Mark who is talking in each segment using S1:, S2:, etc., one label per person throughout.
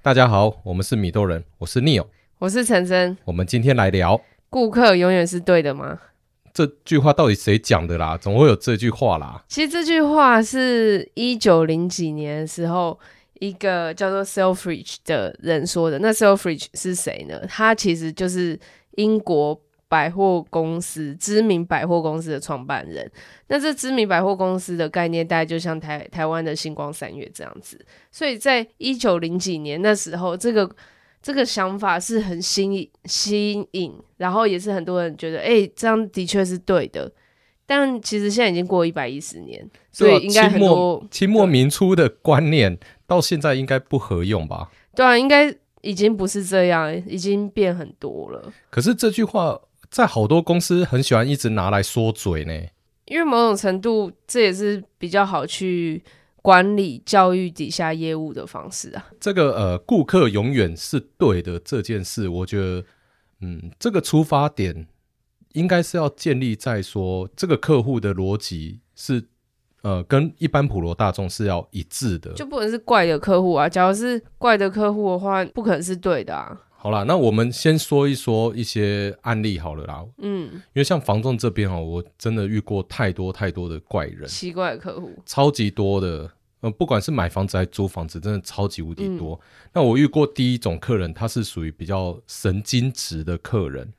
S1: 大家好，我们是米豆人，我是 Neil，
S2: 我是陈真。
S1: 我们今天来聊
S2: 顾客永远是对的吗？
S1: 这句话到底谁讲的啦？总会有这句话啦。
S2: 其实这句话是一九零几年的时候一个叫做 Selfridge 的人说的。那 Selfridge 是谁呢？他其实就是英国百货公司知名百货公司的创办人。那这知名百货公司的概念，大概就像台台湾的星光三月这样子。所以在一九零几年那时候，这个这个想法是很新颖、新颖，然后也是很多人觉得，哎、这样的确是对的。但其实现在已经过一百一十年，所
S1: 对啊
S2: 以应该
S1: 清
S2: 很
S1: 末
S2: 多
S1: 清末民初的观念到现在应该不合用吧？
S2: 对啊，应该已经不是这样，已经变很多了。
S1: 可是这句话在好多公司很喜欢一直拿来说嘴呢。
S2: 因为某种程度，这也是比较好去管理教育底下业务的方式啊。
S1: 这个呃，顾客永远是对的这件事，我觉得，嗯，这个出发点应该是要建立在说这个客户的逻辑是呃跟一般普罗大众是要一致的。
S2: 就不能是怪的客户啊。假如是怪的客户的话，不可能是对的啊。
S1: 好啦，那我们先说一说一些案例好了啦，
S2: 嗯，
S1: 因为像房仲这边哦，我真的遇过太多太多的怪人，
S2: 奇怪的客户，
S1: 超级多的。呃，不管是买房子还是租房子，真的超级无敌多。那我遇过第一种客人，他是属于比较神经质的客人，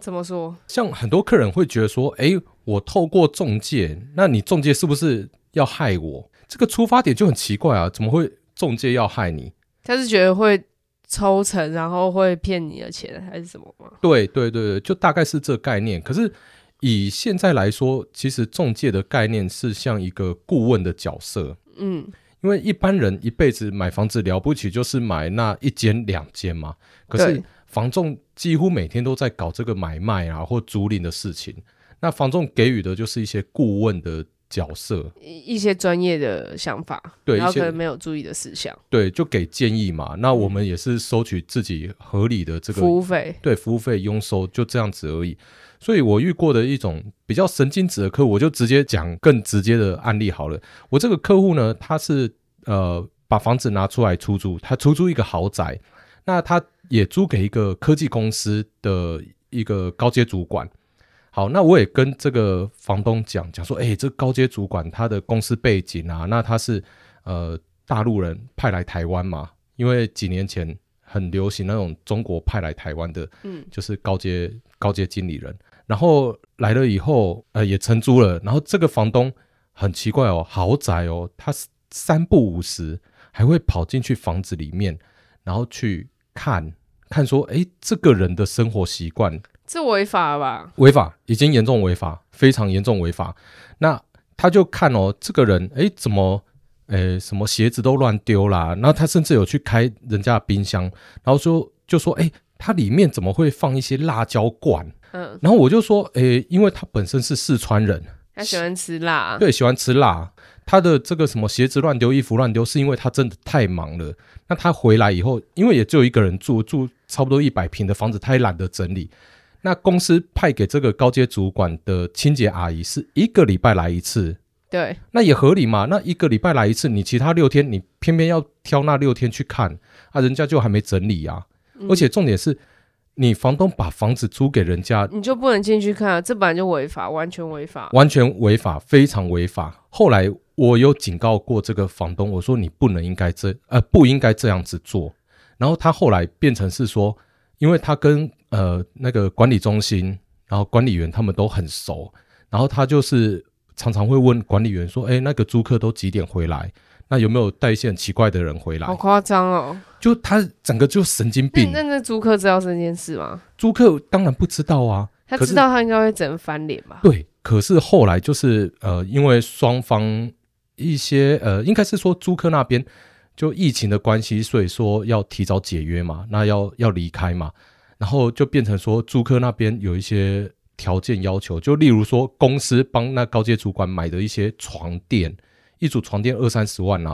S2: 怎么说？
S1: 像很多客人会觉得说，诶，我透过中介，那你中介是不是要害我？这个出发点就很奇怪啊，怎么会中介要害你？
S2: 他是觉得会抽成，然后会骗你的钱，还是什么吗？
S1: 对对对对，就大概是这个概念。可是以现在来说，其实中介的概念是像一个顾问的角色，
S2: 嗯，
S1: 因为一般人一辈子买房子了不起就是买那一间两间嘛，可是
S2: 对
S1: 房仲几乎每天都在搞这个买卖啊或租赁的事情，那房仲给予的就是一些顾问的角色。
S2: 一一些专业的想法，
S1: 对
S2: 然后
S1: 一些
S2: 可能没有注意的事项，
S1: 对，就给建议嘛。那我们也是收取自己合理的这个
S2: 嗯服务费。
S1: 对服务费佣收，就这样子而已。所以我遇过的一种比较神经质的客户，我就直接讲更直接的案例好了。我这个客户呢，他是呃把房子拿出来出租，他出租一个豪宅，那他也租给一个科技公司的一个高阶主管。好，那我也跟这个房东讲讲说，哎、这高阶主管他的公司背景啊，那他是呃大陆人派来台湾嘛，因为几年前很流行那种中国派来台湾的，
S2: 嗯
S1: 就是高阶高阶经理人，然后来了以后，呃，也承租了，然后这个房东很奇怪哦，豪宅哦，他三不五时还会跑进去房子里面，然后去看看说，哎，这个人的生活习惯
S2: 这违法吧？
S1: 违法，已经严重违法，非常严重违法。那他就看哦，这个人诶怎么诶什么鞋子都乱丢啦，然后他甚至有去开人家的冰箱，然后说就说诶，他里面怎么会放一些辣椒罐？
S2: 嗯，
S1: 然后我就说诶，因为他本身是四川人，
S2: 他喜欢吃辣，啊
S1: 对，喜欢吃辣。他的这个什么鞋子乱丢、衣服乱丢，是因为他真的太忙了。那他回来以后，因为也只有一个人住，住差不多一百平的房子，他也懒得整理。那公司派给这个高阶主管的清洁阿姨是一个礼拜来一次，
S2: 对，
S1: 那也合理嘛？那一个礼拜来一次，你其他六天你偏偏要挑那六天去看啊，人家就还没整理啊。
S2: 嗯
S1: 而且重点是，你房东把房子租给人家，
S2: 你就不能进去看啊，这本来就违法，完全违法。
S1: 完全违法，非常违法。后来我有警告过这个房东，我说你不能应该这呃不应该这样子做。然后他后来变成是说，因为他跟呃那个管理中心，然后管理员他们都很熟，然后他就是常常会问管理员说，哎，那个租客都几点回来？那有没有带一些很奇怪的人回来
S2: 好？夸张哦！
S1: 就他整个就神经
S2: 那
S1: 病，
S2: 那那租客知道这件事吗？
S1: 租客当然不知道啊。
S2: 他
S1: 可是
S2: 知道他应该会整翻脸吧？
S1: 对，可是后来就是呃，因为双方一些呃，应该是说租客那边就疫情的关系，所以说要提早解约嘛，那要要离开嘛，然后就变成说租客那边有一些条件要求，就例如说公司帮那高阶主管买的一些床垫，一组床垫二三十万啊，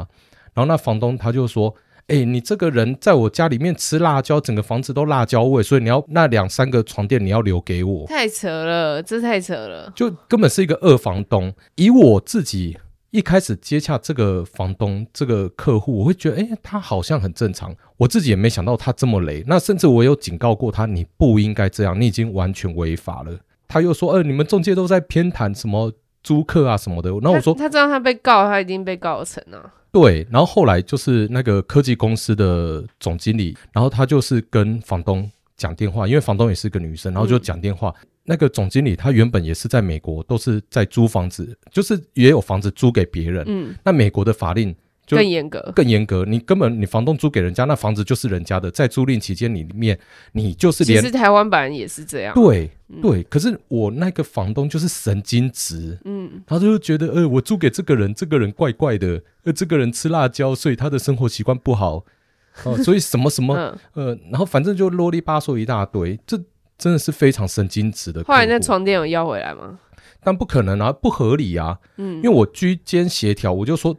S1: 然后那房东他就说。哎、你这个人在我家里面吃辣椒，整个房子都辣椒味，所以你要那两三个床垫你要留给我。
S2: 太扯了，这太扯了。
S1: 就根本是一个二房东。以我自己一开始接洽这个房东、这个客户，我会觉得，哎、他好像很正常。我自己也没想到他这么雷。那甚至我有警告过他，你不应该这样，你已经完全违法了。他又说，呃，你们中介都在偏袒什么租客啊什么的。那我说，
S2: 他他知道他被告，他一定被告成啊。
S1: 对，然后后来就是那个科技公司的总经理，然后他就是跟房东讲电话，因为房东也是个女生，然后就
S2: 嗯
S1: 讲电话。那个总经理他原本也是在美国，都是在租房子，就是也有房子租给别人。
S2: 嗯，
S1: 那美国的法令就
S2: 更严格。
S1: 更严格，你根本你房东租给人家，那房子就是人家的，在租赁期间里面，你就是
S2: 其
S1: 连
S2: 实嗯台湾版也是这样。
S1: 对啊对。可是我那个房东就是神经质，
S2: 嗯，
S1: 他就觉得，呃，我租给这个人，这个人怪怪的，呃，这个人吃辣椒，所以他的生活习惯不好， 哦、所以什么什么，
S2: 嗯，
S1: 呃，然后反正就啰里吧嗦一大堆，这真的是非常神经质的。
S2: 后来那，床垫有要回来吗？
S1: 但不可能啊，不合理啊，
S2: 嗯
S1: 因为我居间协调，我就说，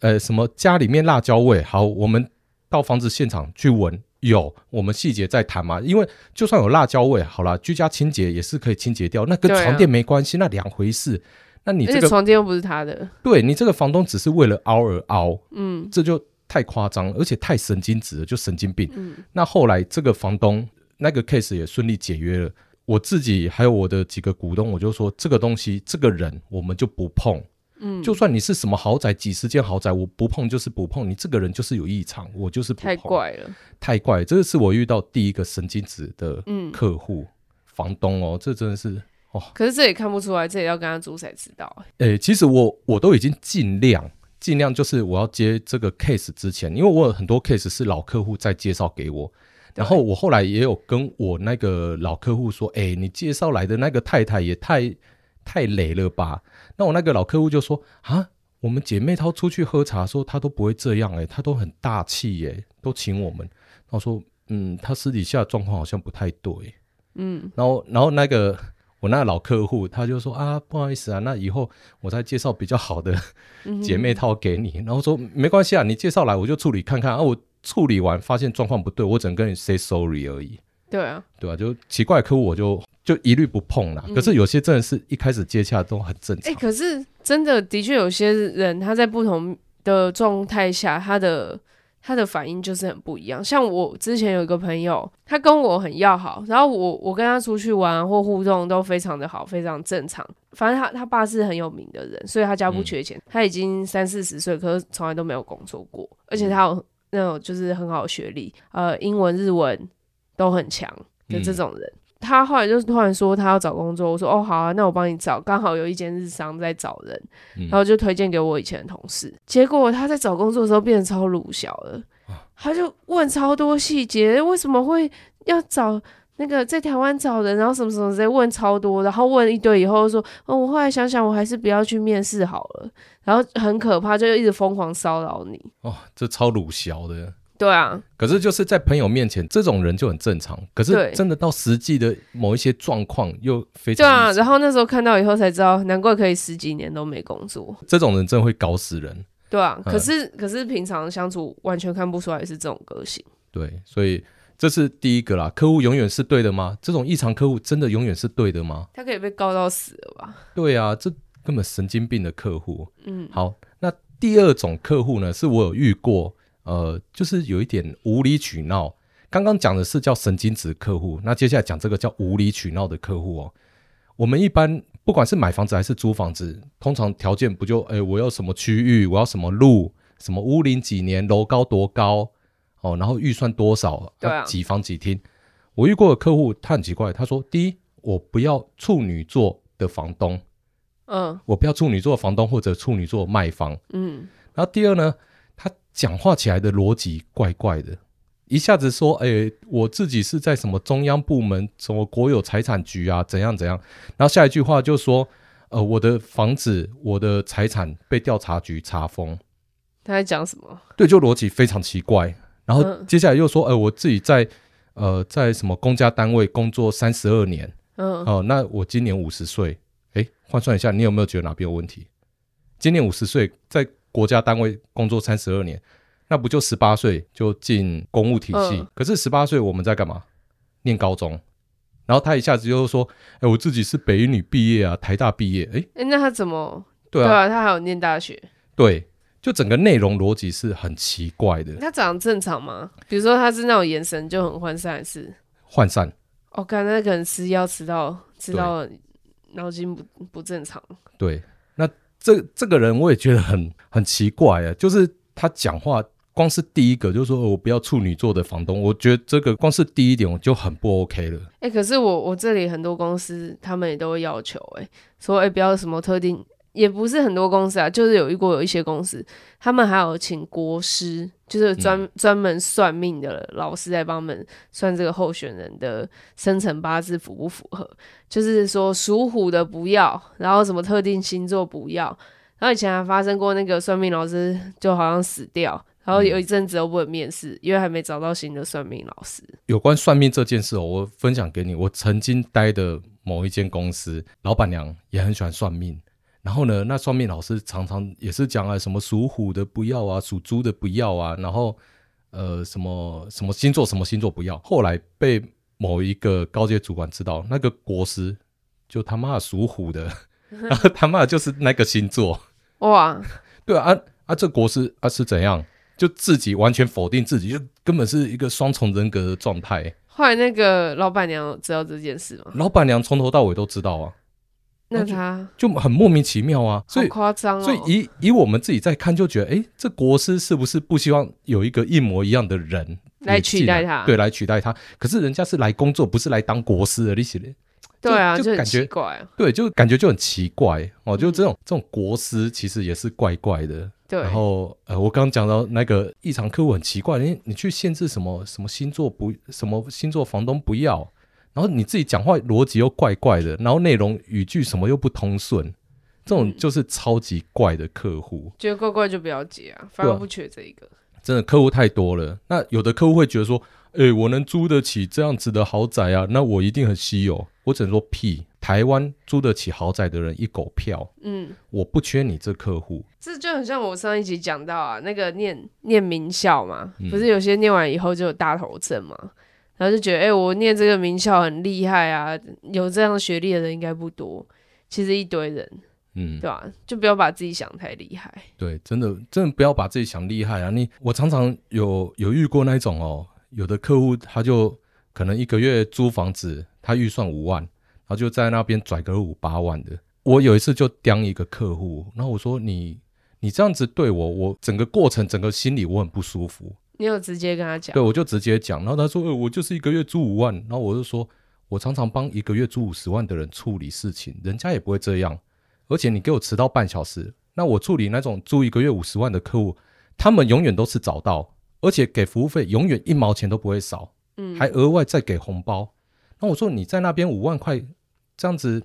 S1: 呃，什么家里面辣椒味，好，我们到房子现场去闻。有，我们细节再谈嘛。因为就算有辣椒味，好啦，居家清洁也是可以清洁掉，那跟
S2: 对啊
S1: 床垫没关系，那两回事。那你
S2: 而
S1: 这
S2: 且
S1: 个
S2: 床垫又不是他的，
S1: 对你这个房东只是为了凹而凹，
S2: 嗯
S1: 这就太夸张了，而且太神经质了，就神经病。
S2: 嗯
S1: 那后来这个房东那个 case 也顺利解约了，我自己还有我的几个股东，我就说这个东西这个人我们就不碰，
S2: 嗯，
S1: 就算你是什么豪宅几十间豪宅，我不碰就是不碰，你这个人就是有异常，我就是不碰。
S2: 太，怪了。
S1: 太怪，这是我遇到第一个神经质的
S2: 嗯，
S1: 客户、房东哦，这真的是。
S2: 可是这也看不出来，这也要跟他租才知道欸。
S1: 诶、其实我我都已经尽量尽量，就是我要接这个 case 之前，因为我有很多 case 是老客户在介绍给我，然后我后来也有跟我那个老客户说，诶、你介绍来的那个太太也太太累了吧？那我那个老客户就说啊。我们姐妹她出去喝茶的时候，她都不会这样诶、她都很大气诶、都请我们。然后说，嗯，她私底下状况好像不太对、
S2: 嗯，
S1: 然后，然后那个我那老客户他就说啊，不好意思啊，那以后我再介绍比较好的
S2: 嗯
S1: 姐妹套给你。然后说没关系啊，你介绍来我就处理看看啊。我处理完发现状况不对，我只能跟你 say sorry 而已，
S2: 对啊，
S1: 对吧、就奇怪的客户我就就一律不碰啦。
S2: 嗯
S1: 可是有些真的是一开始接洽都很正
S2: 哎、
S1: 常，
S2: 可是真的的确有些人他在不同的状态下，他的他的反应就是很不一样。像我之前有一个朋友，他跟我很要好，然后我我跟他出去玩啊或互动都非常的好，非常正常。反正他他爸是很有名的人，所以他家不
S1: 嗯
S2: 缺钱。他已经三四十岁，可是从来都没有工作过，而
S1: 嗯
S2: 且他有那种就是很好的学历，呃，英文、日文都很强的这种人。他后来就是突然说他要找工作，我说哦好啊，那我帮你找，刚好有一间日商在找人，
S1: 嗯
S2: 然后就推荐给我以前的同事。结果他在找工作的时候变得超鲁小了，他就问超多细节，为什么会要找那个在台湾找人，然后什么什么直接问超多，然后问一堆以后说，哦我后来想想我还是不要去面试好了，然后很可怕，就一直疯狂骚扰你。
S1: 哦，这超鲁小的。
S2: 对啊，
S1: 可是就是在朋友面前，这种人就很正常。可是
S2: 对
S1: 真的到实际的某一些状况又非
S2: 对
S1: 常
S2: 啊，
S1: 异常
S2: 然后那时候看到以后才知道，难怪可以十几年都没工作。
S1: 这种人真的会搞死人。
S2: 对啊，
S1: 嗯
S2: 可是可是平常相处完全看不出来是这种个性。
S1: 对，所以这是第一个啦。客户永远是对的吗？这种异常客户真的永远是对的吗？
S2: 他可以被告到死了吧？
S1: 对啊，这根本神经病的客户。
S2: 嗯，
S1: 好，那第二种客户呢，是我有遇过，呃，就是有一点无理取闹。刚刚讲的是叫神经质客户，那接下来讲这个叫无理取闹的客户哦。我们一般不管是买房子还是租房子，通常条件不就，哎，我要什么区域，我要什么路，什么屋龄几年，楼高多高，哦，然后预算多少，
S2: 对啊
S1: 几房几厅。我遇过的客户，他很奇怪，他说：第一，我不要处女座的房东，
S2: 嗯
S1: 我不要处女座房东或者处女座卖方。
S2: 嗯，
S1: 然后第二呢，他讲话起来的逻辑怪怪的，一下子说，哎、我自己是在什么中央部门，什么国有财产局啊，怎样怎样。然后下一句话就说，呃，我的房子、我的财产被调查局查封，
S2: 他在讲什么？
S1: 对，就逻辑非常奇怪。然后
S2: 嗯
S1: 接下来又说，呃，我自己在呃在什么公家单位工作三十二年，
S2: 嗯，
S1: 哦，那我今年五十岁，哎，换算一下，你有没有觉得哪边有问题？今年五十岁，在国家单位工作三十二年，那不就十八岁就进公务体系？
S2: 嗯
S1: 可是十八岁我们在干嘛？念高中，然后他一下子就说：“哎，我自己是北一女毕业啊，台大毕业。”哎，
S2: 诶那他怎么？
S1: 对啊，
S2: 他还有念大学，
S1: 对，就整个内容逻辑是很奇怪的，
S2: 他长得正常吗？比如说他是那种眼神就很涣散，还是
S1: 涣散。
S2: 哦，刚才可能吃药吃到吃到脑筋不不正常，
S1: 对，那这这个人我也觉得很 很奇怪啊，就是他讲话光是第一个就说、哦我不要处女座的房东，我觉得这个光是第一点我就很不 OK 了。
S2: 哎、可是我我这里很多公司他们也都会要求、哎，说哎、不要什么特定，也不是很多公司啊，就是有一过有一些公司，他们还有请国师，就是专专、门算命的老师来帮我们算这个候选人的生辰八字符不符合，就是说属虎的不要，然后什么特定星座不要，然后以前还发生过那个算命老师就好像死掉。然后有一阵子都不能面试，因为还没找到新的算命老师。
S1: 有关算命这件事哦，我分享给你，我曾经待的某一间公司，老板娘也很喜欢算命。然后呢，那算命老师常常也是讲啊，什么属虎的不要啊，属猪的不要啊，然后呃，什么什么星座什么星座不要。后来被某一个高阶主管知道，那个国师就他妈的属虎的，然后他妈的就是那个星座。
S2: 哇，
S1: 对啊，啊啊，这国师啊是怎样？就自己完全否定自己，就根本是一个双重人格的状态。
S2: 后来那个老板娘知道这件事吗？
S1: 老板娘从头到尾都知道啊，
S2: 那她
S1: 就很莫名其妙啊。
S2: 好
S1: 所以，
S2: 夸张哦！
S1: 所以以以我们自己在看，就觉得，诶，这国师是不是不希望有一个一模一样的人
S2: 来
S1: 也进
S2: 取代他
S1: 对，来取代他。可是人家是来工作，不是来当国师的，你写的。
S2: 对啊，
S1: 就
S2: 就很
S1: 感觉
S2: 奇怪啊。
S1: 对，就感觉就很奇怪哦，就这
S2: 嗯
S1: 种、这种国师其实也是怪怪的。
S2: 对，
S1: 然后呃，我刚刚讲到那个异常客户很奇怪，你你去限制什么什么星座不什么星座房东不要，然后你自己讲话逻辑又怪怪的，然后内容语句什么又不通顺，这种就是超级怪的客户，
S2: 觉得怪怪就不要接啊，反而不缺这一个。
S1: 真的客户太多了。那有的客户会觉得说，诶，我能租得起这样子的豪宅啊，那我一定很稀有。我只能说屁，台湾租得起豪宅的人一狗票，
S2: 嗯，
S1: 我不缺你这客户。
S2: 这就很像我上一集讲到啊，那个念念名校嘛，
S1: 嗯
S2: 不是有些念完以后就有大头症嘛，然后就觉得哎、我念这个名校很厉害啊，有这样学历的人应该不多。其实一堆人，
S1: 嗯
S2: 对，吧、就不要把自己想太厉害。
S1: 对，真的真的不要把自己想厉害啊！你我常常有有遇过那一种哦，有的客户他就可能一个月租房子，他预算五万，然后就在那边拽个五八万的。我有一次就刁一个客户，然后我说你你这样子对我，我整个过程整个心里我很不舒服。
S2: 你有直接跟他讲
S1: 对，，我就直接讲，然后他说，呃，我就是一个月租五万，然后我就说，我常常帮一个月租五十万的人处理事情，人家也不会这样，而且你给我迟到半小时，那我处理那种租一个月五十万的客户，他们永远都是找到，而且给服务费永远一毛钱都不会少，
S2: 嗯，
S1: 还额外再给红包。那我说你在那边五万块这样子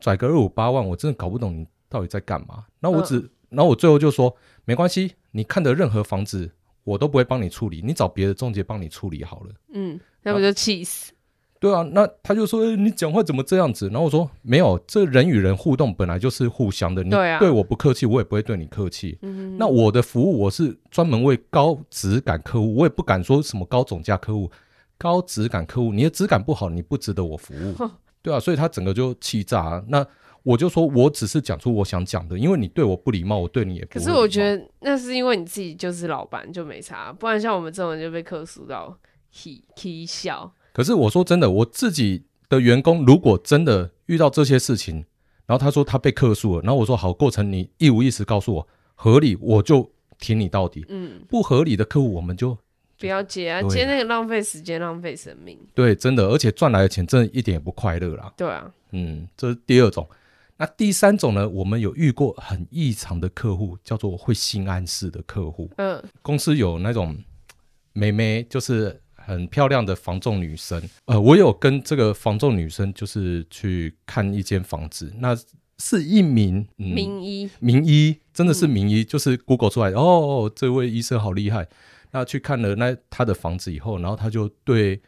S1: 拽个二五八万，我真的搞不懂你到底在干嘛。那
S2: 嗯
S1: 我只，然后我最后就说没关系，你看的任何房子我都不会帮你处理，你找别的中介帮你处理好了。
S2: 嗯，那不就气死？
S1: 对啊，那他就说、欸你讲话怎么这样子？然后我说没有，这人与人互动本来就是互相的，你
S2: 对啊
S1: 对我不客气，我也不会对你客气。
S2: 嗯，。
S1: 那我的服务我是专门为高质感客户，我也不敢说什么高总价客户，高质感客户，你的质感不好，你不值得我服务 对啊，所以他整个就气炸、啊那我就说我只是讲出我想讲的，因为你对我不礼貌，我对你也不会
S2: 可
S1: 礼貌。
S2: 是我觉得那是因为你自己就是老板就没差，啊不然像我们这种人就被客诉到起起笑。
S1: 可是我说真的，我自己的员工如果真的遇到这些事情，然后他说他被客诉了，然后我说好，过程你一五一十告诉我合理，我就挺你到底；
S2: 嗯，
S1: 不合理的客户我们就
S2: 不要接啊，
S1: 对
S2: 接那个浪费时间、浪费生命。
S1: 对真的，而且赚来的钱真的一点也不快乐啦。
S2: 对啊，
S1: 嗯，这是第二种。那第三种呢？我们有遇过很异常的客户，叫做会性暗示的客户。
S2: 嗯，
S1: 公司有那种妹妹，就是很漂亮的房仲女生。呃，我有跟这个房仲女生就是去看一间房子，那是一名、嗯、
S2: 名医嗯
S1: 名医，真的是名医，就是 Google 出来的哦，这位医生好厉害。那去看了那他的房子以后，然后他就对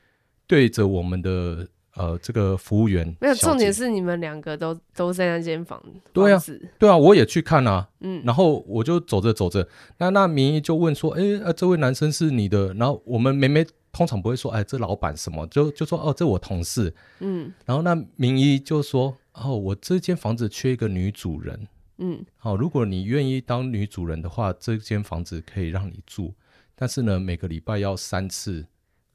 S1: 对着我们的呃这个服务员，
S2: 没有重点，是你们两个都都在那间房
S1: 对啊
S2: 房子
S1: 对啊，我也去看啊，
S2: 嗯，
S1: 然后我就走着走着，那那名医就问说：“哎、啊，这位男生是你的？”然后我们梅梅通常不会说：“哎，这老板什么？”就就说：“哦，这我同事。
S2: 嗯，”
S1: 然后那名医就说：“哦，我这间房子缺一个女主人。”
S2: 嗯，
S1: 好，如果你愿意当女主人的话，这间房子可以让你住，但是呢，每个礼拜要三次，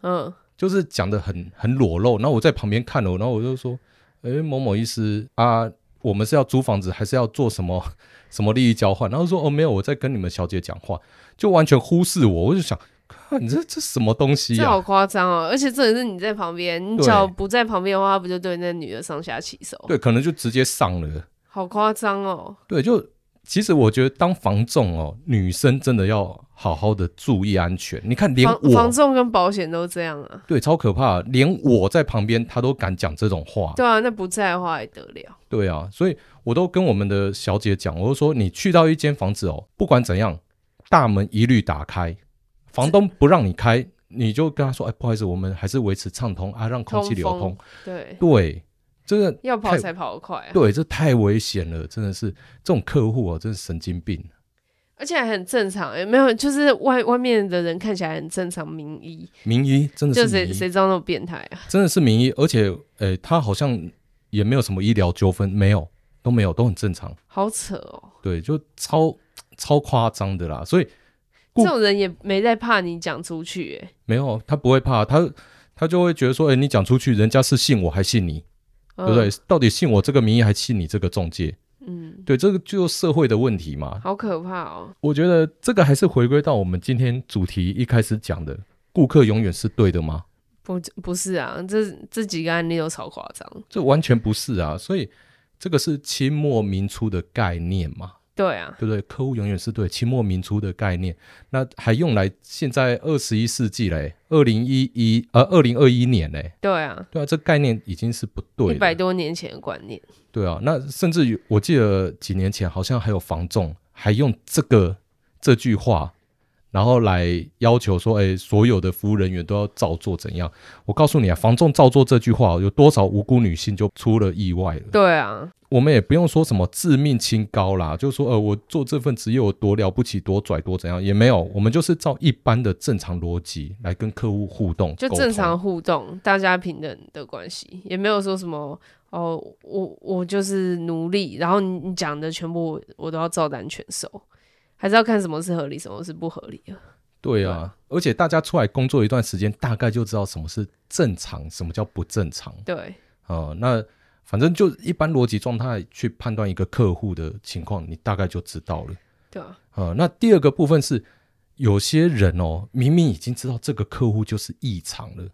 S2: 嗯，
S1: 就是讲的很很裸露。然后我在旁边看了，然后我就说：“诶，某某医师啊，我们是要租房子，还是要做什么 什么利益交换？”然后说：“哦，没有，我在跟你们小姐讲话，就完全忽视我。”我就想，看你这这什么东西
S2: 这
S1: 呀、
S2: 好夸张哦！而且重点是你在旁边，你
S1: 啊对
S2: 只要不在旁边的话，他不就对那女的上下其手？
S1: 对，可能就直接上了。
S2: 好夸张哦！
S1: 对，就其实我觉得当房仲哦，女生真的要好好的注意安全。你看，连
S2: 房房
S1: 我
S2: 仲跟保险都这样啊，
S1: 对超可怕，连我在旁边她都敢讲这种话。
S2: 对啊，那不在的话还得了？
S1: 对啊，所以我都跟我们的小姐讲，我就说你去到一间房子哦，不管怎样，大门一律打开，房东不让你开，你就跟他说，哎，不好意思，我们还是维持畅通啊，让空气流通。
S2: 对，
S1: 对，这个
S2: 要跑
S1: 太
S2: 才跑得快、啊，
S1: 对，这太危险了，真的是这种客户哦，真是神经病。
S2: 而且还很正常，欸也没有就是外外面的人看起来很正常，名医
S1: 名医真的
S2: 就是谁
S1: 名医
S2: 谁知道那种变态啊？
S1: 真的是名医，而且诶，他好像也没有什么医疗纠纷，没有，都没有，都很正常。
S2: 好扯哦！
S1: 对，就超超夸张的啦，所以顾
S2: 这种人也没在怕你讲出去、欸，
S1: 没有他不会怕，他他就会觉得说，诶，你讲出去，人家是信我还信你，
S2: 嗯、
S1: 对不对？？到底信我这个名医，还信你这个中介？
S2: 嗯，
S1: 对，这个就是社会的问题嘛。
S2: 好可怕哦！
S1: 我觉得这个还是回归到我们今天主题一开始讲的，顾客永远是对的吗？
S2: 不，不是啊，这这几个案例都超夸张。
S1: 这完全不是啊，所以这个是清末民初的概念嘛。
S2: 对啊，
S1: 对不对？客户永远是对清末民初的概念，那还用来现在二十一世纪嘞，二零一一呃二零二一年嘞，
S2: 对啊，
S1: 对啊，这概念已经是不
S2: 一
S1: 对
S2: 百
S1: 的，
S2: 多年前的观念，
S1: 对啊，那甚至于我记得几年前好像还有房仲还用这个这句话，然后来要求说，哎，所有的服务人员都要照做怎样？我告诉你啊，房仲照做这句话，哦有多少无辜女性就出了意外了。
S2: 对啊，
S1: 我们也不用说什么致命清高啦，就说呃，我做这份职业我多了不起，多拽，多怎样也没有，我们就是照一般的正常逻辑来跟客户互动，
S2: 就
S1: 沟
S2: 正
S1: 通
S2: 常互动，大家平等的关系，也没有说什么哦，我我就是奴隶，然后你你讲的全部我我都要照单全收，还是要看什么是合理，什么是不合理的。
S1: 对啊，而且大家出来工作一段时间，大概就知道什么是正常，什么叫不正常
S2: 对，
S1: 啊、呃那反正就一般逻辑状态去判断一个客户的情况，你大概就知道了
S2: 对啊，
S1: 啊、呃那第二个部分是，有些人哦，明明已经知道这个客户就是异常了，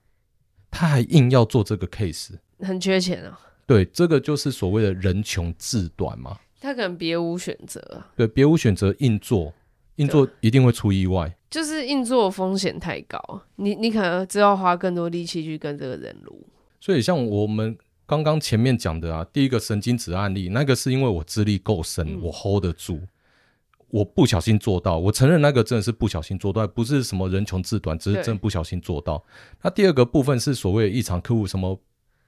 S1: 他还硬要做这个 case。
S2: 很缺钱啊，
S1: 对，这个就是所谓的人穷志短嘛。
S2: 他可能别无选择啊，
S1: 对，别无选择，硬做，硬做一定会出意外。
S2: 就是硬做风险太高，你你可能只要花更多力气去跟这个人撸。
S1: 所以像我们刚刚前面讲的啊，第一个神经质案例，那个是因为我资历够深，
S2: 嗯
S1: 我 hold 得住，我不小心做到，我承认那个真的是不小心做到，不是什么人穷志短，只是
S2: 对
S1: 真的不小心做到。那第二个部分是所谓异常客户什么。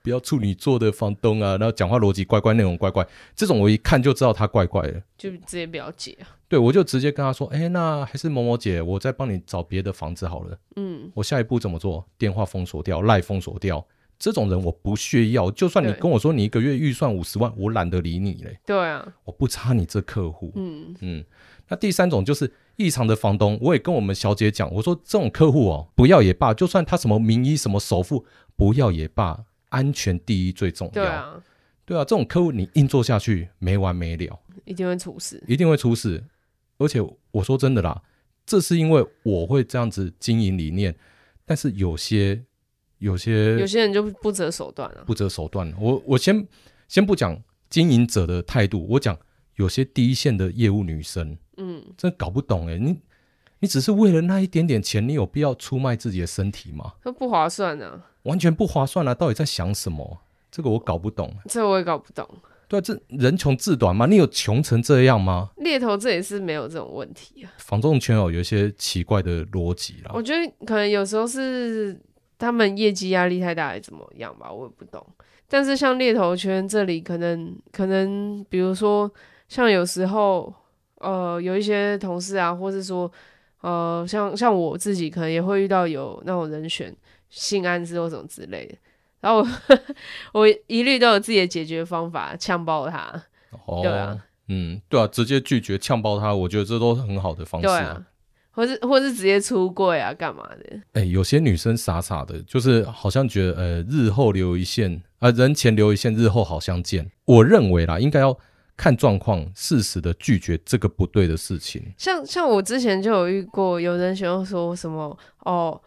S1: 不要处女座的房东啊，然后讲话逻辑怪怪，内容怪怪，这种我一看就知道他怪怪的。
S2: 就直接不要接啊，
S1: 对，我就直接跟他说，哎，那还是某某姐，我再帮你找别的房子好了。
S2: 嗯，
S1: 我下一步怎么做？电话封锁掉，赖封锁掉。这种人我不屑要，就算你
S2: 对
S1: 跟我说你一个月预算五十万，我懒得理你嘞，
S2: 对啊，
S1: 我不差你这客户。
S2: 嗯，
S1: 嗯，那第三种就是异常的房东，我也跟我们小姐讲，我说这种客户哦，不要也罢，就算他什么名医什么首付，不要也罢，安全第一最重要。
S2: 对啊，
S1: 对啊这种客户你硬做下去没完没了。
S2: 一定会出事，
S1: 一定会出事。而且我说真的啦，这是因为我会这样子经营理念，但是有些有
S2: 有
S1: 些
S2: 些人就不择手段啊，
S1: 不择手段。我我先先不讲经营者的态度，我讲有些第一线的业务女生
S2: 嗯，
S1: 真的搞不懂诶、欸你你只是为了那一点点钱，你有必要出卖自己的身体吗？
S2: 那不划算啊，
S1: 完全不划算啊！到底在想什么？这个我搞不懂。
S2: 这我也搞不懂。
S1: 对啊，这人穷志短嘛，你有穷成这样吗？
S2: 猎头这也是没有这种问题啊，
S1: 防重圈哦，有一些奇怪的逻辑啦。
S2: 我觉得可能有时候是他们业绩压力太大，还是怎么样吧，我也不懂。但是像猎头圈这里，可能可能比如说像有时候呃有一些同事啊，或是说呃像像我自己，可能也会遇到有那种人选性暗示或什么之类的。然后 我我一律都有自己的解决方法，呛爆他。
S1: 哦，
S2: 对啊
S1: 嗯，对啊，直接拒绝呛爆他，我觉得这都是哦很好的方式
S2: 对啊。，或是或是直接出柜啊，干嘛的？
S1: 哎、有些女生傻傻的，就是好像觉得呃，日后留一线，啊、人前留一线，日后好相见。我认为啦，应该要看状况，适时的拒绝这个不对的事情。
S2: 像像我之前就有遇过，有人喜欢说什么哦，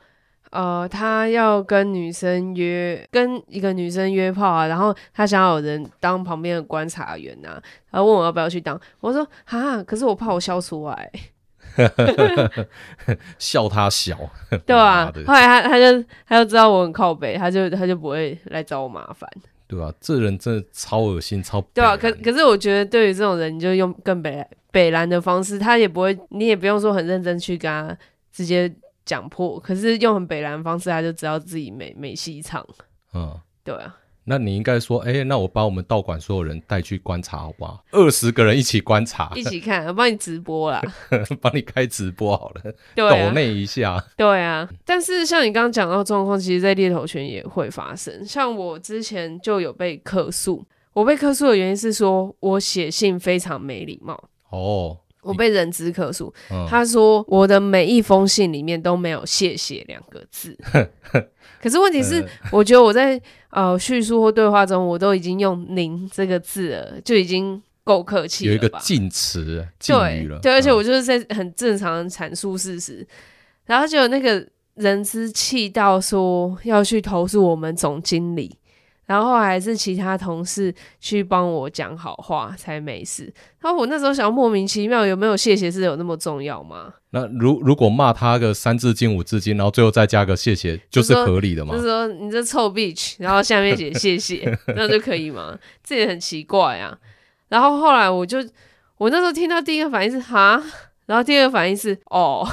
S2: 呃，他要跟女生约，跟一个女生约炮啊，然后他想要有人当旁边的观察员呐、啊，然后问我要不要去当，我说哈，可是我怕我笑出来，
S1: 笑他小，
S2: 对
S1: 妈
S2: 啊
S1: 的，
S2: 后来他他就他就知道我很靠北，他就他就不会来找我麻烦，
S1: 对吧、这人真的超恶心，超
S2: 对啊，
S1: 北
S2: 可
S1: 兰
S2: 可是我觉得对于这种人，你就用更北蓝北蓝的方式，他也不会，你也不用说很认真去跟他直接讲破，可是用很北蓝的方式，他就知道自己没没戏唱，
S1: 嗯。
S2: 对啊，
S1: 那你应该说，哎、那我把我们道馆所有人带去观察，好不好？二十个人一起观察，
S2: 一起看，我帮你直播啦，
S1: 帮你开直播好了，
S2: 对
S1: 抖
S2: 啊，
S1: 内一下。
S2: 对啊。但是像你刚刚讲到的状况，其实在猎头圈也会发生，像我之前就有被客诉，我被客诉的原因是说我写信非常没礼貌。
S1: 哦，
S2: 我被人资客诉，
S1: 嗯，
S2: 他说我的每一封信里面都没有“谢谢”两个 字。可是问题
S1: 嗯
S2: 是，我觉得我在呃叙述或对话中，我都已经用“您”这个字了，就已经够客气
S1: 有一
S2: 了
S1: 个
S2: 吧？
S1: 禁词禁语
S2: 对
S1: 了，
S2: 对，而且
S1: 嗯
S2: 我就是在很正常的阐述事实，然后就有那个人资气到说要去投诉我们总经理，然后后来是其他同事去帮我讲好话才没事。然后我那时候想，莫名其妙有没有谢谢是有那么重要吗？
S1: 那如如果骂他个三字经五字经，然后最后再加个谢谢，就是合理的嘛
S2: 就？是说你这臭 bitch，然后下面写谢谢，那就可以吗？这也很奇怪啊。然后后来我就，我那时候听到第一个反应是哈，然后第二个反应是哦，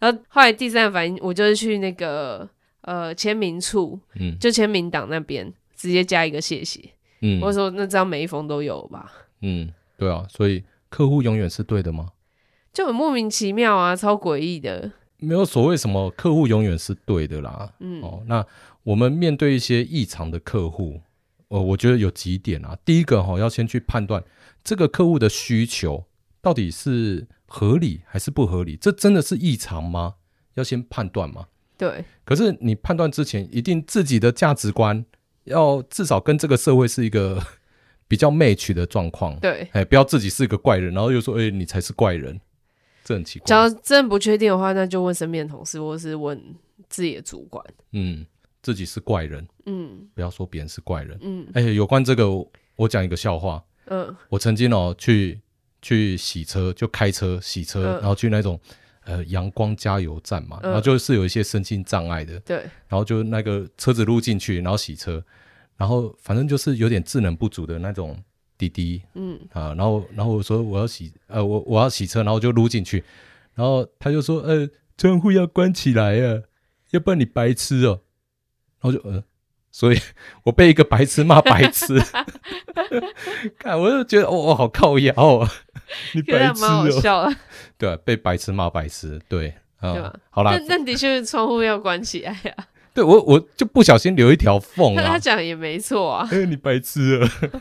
S2: 然后后来第三个反应我就是去那个呃签名处，
S1: 嗯
S2: 就签名档那边直接加一个谢谢。
S1: 嗯
S2: 我说那这样每一封都有吧，
S1: 嗯，对啊，所以客户永远是对的吗？
S2: 就很莫名其妙啊，超诡异的。
S1: 没有所谓什么客户永远是对的啦。
S2: 嗯
S1: 哦，那我们面对一些异常的客户，呃，我觉得有几点啊。第一个哈、要先去判断这个客户的需求到底是合理还是不合理，这真的是异常吗？要先判断嘛。
S2: 对
S1: 可是你判断之前，一定自己的价值观要至少跟这个社会是一个 比较 match 的状况。
S2: 对，
S1: 哎，不要自己是个怪人，然后又说，哎，你才是怪人，这很奇
S2: 只
S1: 怪。
S2: 要真的不确定的话，那就问身边的同事，或是问自己的主管。
S1: 嗯，自己是怪人，
S2: 嗯
S1: 不要说别人是怪人。
S2: 嗯
S1: 哎，有关这个，我我讲一个笑话。
S2: 嗯
S1: 我曾经哦去去洗车，就开车洗车，
S2: 嗯
S1: 然后去那种呃阳光加油站嘛，
S2: 嗯
S1: 然后就是有一些身心障碍的，
S2: 对，
S1: 然后就那个车子录进去，然后洗车，然后反正就是有点智能不足的那种滴滴
S2: 嗯，
S1: 啊，然后然后我说我要洗呃我我要洗车，然后就撸进去，然后他就说呃窗户要关起来啊，要不然你白痴哦、然后就呃，所以 我被一个白痴骂白痴， 看我就觉得我、哦、好靠腰哦， 你
S2: 觉得
S1: 白
S2: 还
S1: 痴
S2: 蛮好
S1: 哦、
S2: 笑 的。
S1: 对，被白痴骂白痴，对。啊、
S2: 对吧
S1: 好啦
S2: 那，那的确窗户要关 起来啊。
S1: 对我我就不小心留一条缝
S2: 他
S1: 啊
S2: 他，讲得也没错啊。
S1: 哎、你白痴啊！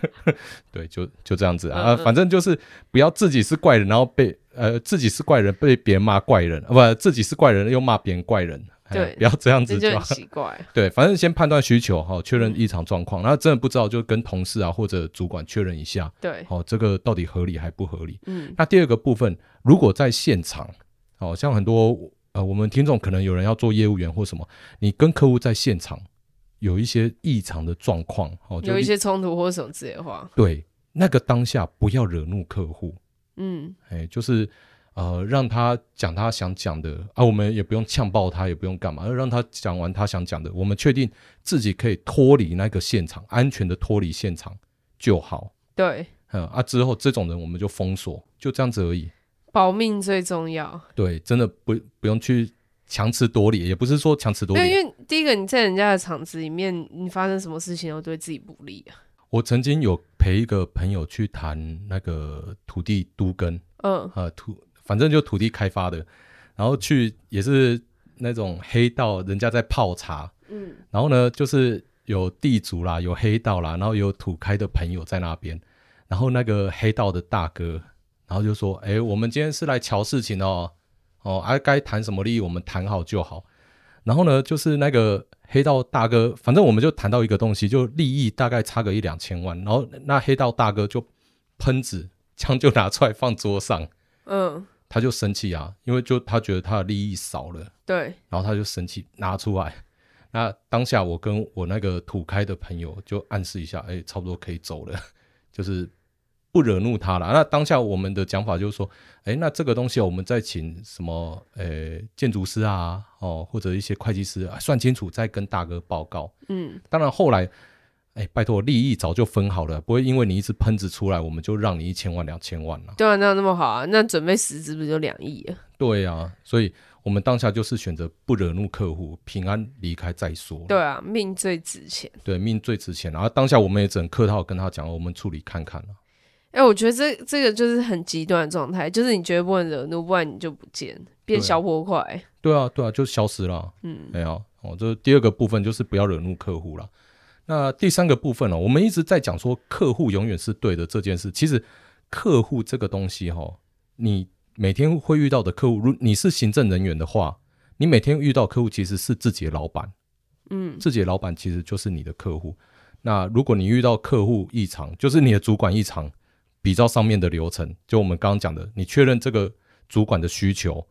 S1: 对，就就这样子啊、
S2: 嗯嗯
S1: 反正就是不要自己是怪人，然后被呃自己是怪人被别人骂怪人，啊不自己是怪人又骂别人怪人，哎
S2: 对
S1: 不要这样
S2: 这
S1: 子
S2: 就
S1: 就
S2: 很
S1: 好。
S2: 奇嗯怪，
S1: 对，反正先判断需求哈，确认异常状况。那、真的不知道就跟同事啊或者主管确认一下，
S2: 对，
S1: 哦，这个到底合理还不合理？
S2: 嗯，
S1: 那第二个部分，如果在现场，哦，像很多呃，我们听众可能有人要做业务员或什么，你跟客户在现场有一些异常的状况，哦，就
S2: 有一些冲突或什么之类的话，
S1: 对那个当下不要惹怒客户，
S2: 嗯，
S1: 哎，就是呃，让他讲他想讲的啊，我们也不用呛爆他，也不用干嘛，让他讲完他想讲的，我们确定自己可以脱离那个现场，安全的脱离现场就好。
S2: 对，
S1: 嗯啊，之后这种人我们就封锁，就这样子而已。
S2: 保命最重要。
S1: 对，真的不不用去强词夺理，也不是说强词夺
S2: 没有，
S1: 理。
S2: 因为第一个你在人家的场子里面，你发生什么事情都对自己不利啊。
S1: 我曾经有陪一个朋友去谈那个土地都跟，
S2: 嗯，
S1: 呃，土反正就土地开发的，然后去也是那种黑道，人家在泡茶，
S2: 嗯，
S1: 然后呢，就是有地主啦，有黑道啦，然后有土开的朋友在那边，然后那个黑道的大哥然后就说：“哎、我们今天是来瞧事情的哦，哦，啊，该谈什么利益我们谈好就好。”然后呢，就是那个黑道大哥，反正我们就谈到一个东西，就利益大概差个一两千万，然后那黑道大哥就喷子枪就拿出来放桌上，
S2: 嗯，
S1: 他就生气啊，因为就他觉得他的利益少了。
S2: 对，
S1: 然后他就生气拿出来。 那当下我跟我那个土开的朋友就暗示一下，哎，差不多可以走了， 就是不惹怒他了。那当下我们的讲法就是说，哎，那这个东西我们再请什么，呃，建筑师啊，哦，或者一些会计师、啊、算清楚，再跟大哥报告。
S2: 嗯，
S1: 当然后来，哎，拜托，利益早就分好了，不会因为你一直喷子出来，我们就让你一千万两千万了。
S2: 对啊，那那么好啊，那准备十只不是就两亿了？
S1: 对啊，所以我们当下就是选择不惹怒客户，平安离开再说。
S2: 对啊，命最值钱。
S1: 对，命最值钱。然啊后当下我们也只能客套跟他讲，我们处理看看啊了。
S2: 哎、我觉得这这个就是很极端的状态，就是你绝对不能惹怒，不然你就不见，
S1: 对
S2: 变
S1: 啊
S2: 小火块。
S1: 对啊，对啊，就消失了。
S2: 嗯，
S1: 没有、哦，这第二个部分就是不要惹怒客户了。那第三个部分呢、哦我们一直在讲说客户永远是对的这件事。其实客户这个东西哈、你每天会遇到的客户，如你是行政人员的话，你每天遇到客户其实是自己的老板。
S2: 嗯，
S1: 自己的老板其实就是你的客户。那如果你遇到客户异常，就是你的主管异常，比照上面的流程，就我们刚刚讲的，你确认这个主管的需求，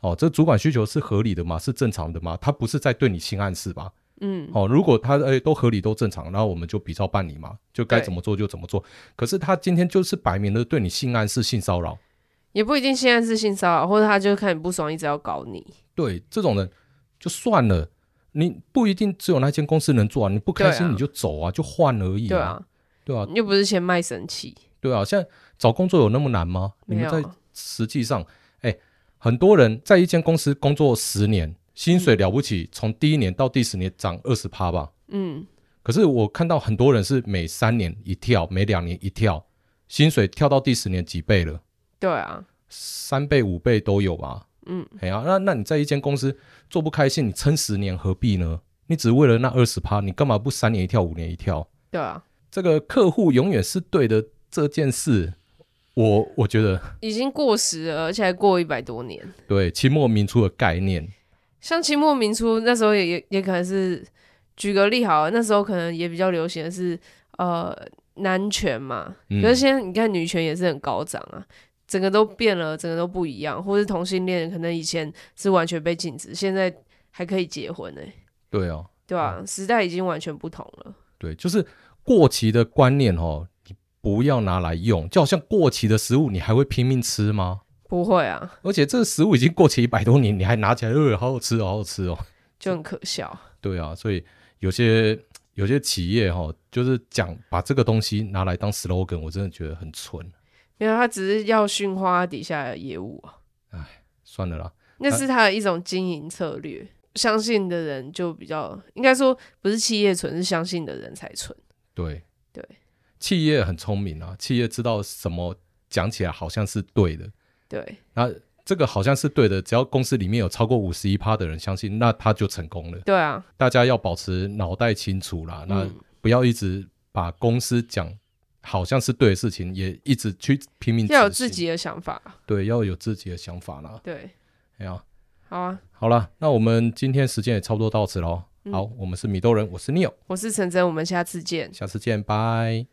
S1: 哦，这主管需求是合理的吗？是正常的吗？他不是在对你性暗示吧？
S2: 嗯，
S1: 哦，如果他诶、都合理都正常，然后我们就比照办理嘛，就该
S2: 对
S1: 怎么做就怎么做。可是他今天就是摆明的对你性暗示、性骚扰，
S2: 也不一定现在是性骚扰，或者他就看你不爽，一直要搞你。
S1: 对这种人就算了，你不一定只有那间公司能做啊，你不开
S2: 对
S1: 心
S2: 啊
S1: 你就走啊，就换而已
S2: 对啊，
S1: 对啊，
S2: 你又不是嫌卖身气，
S1: 对啊，现在找工作有那么难吗？你
S2: 没
S1: 们
S2: 有
S1: 在实际上，哎，很多人在一间公司工作十年，薪水了不起，从第一年到第十年涨二十趴吧。
S2: 嗯，
S1: 可是我看到很多人是每三年一跳，每两年一跳，薪水跳到第十年几倍了，
S2: 对啊，
S1: 三倍五倍都有吧？
S2: 嗯，
S1: 哎呀、那那你在一间公司做不开心，你撑十年何必呢？你只为了那二十趴，你干嘛不三年一跳，五年一跳？
S2: 对啊，
S1: 这个客户永远是对的这件事，我我觉得
S2: 已经过时了，而且还过一百多年。
S1: 对清末民初的概念，
S2: 像清末民初那时候也也也可能是，举个例好了，那时候可能也比较流行的是呃男权嘛，
S1: 嗯
S2: 可是现在你看女权也是很高涨啊，整个都变了，整个都不一样，或是同性恋可能以前是完全被禁止，现在还可以结婚呢、欸
S1: 对哦，
S2: 对吧、时代已经完全不同了。
S1: 对，就是过期的观念哦，你不要拿来用，就好像过期的食物，你还会拼命吃吗？
S2: 不会啊，
S1: 而且这个食物已经过期一百多年，你还拿起来，呃，好好吃哦，好好吃哦。
S2: 就很可笑。
S1: 对啊，所以有些有些企业哈、哦，就是讲把这个东西拿来当 slogan，我真的觉得很蠢。
S2: 没有，他只是要驯化底下的业务啊，
S1: 算了啦，
S2: 那是他的一种经营策略。相信的人就比较，应该说不是企业蠢，是相信的人才蠢。
S1: 对
S2: 对，
S1: 企业很聪明啊，企业知道什么讲起来好像是对的，
S2: 对，
S1: 那这个好像是对的，只要公司里面有超过五十一趴的人相信，那他就成功了。
S2: 对啊，
S1: 大家要保持脑袋清楚啦，那
S2: 嗯
S1: 不要一直把公司讲好像是对的事情，也一直去拼命执行
S2: 要有自己的想法。啊
S1: 对，要有自己的想法啦。
S2: 对，
S1: 哎呀，
S2: 好啊，
S1: 好啦，那我们今天时间也差不
S2: 嗯
S1: 多到此喽。好，我们是米豆人，我是 Neil，
S2: 我是陈真，我们下次见。
S1: 下次见，拜。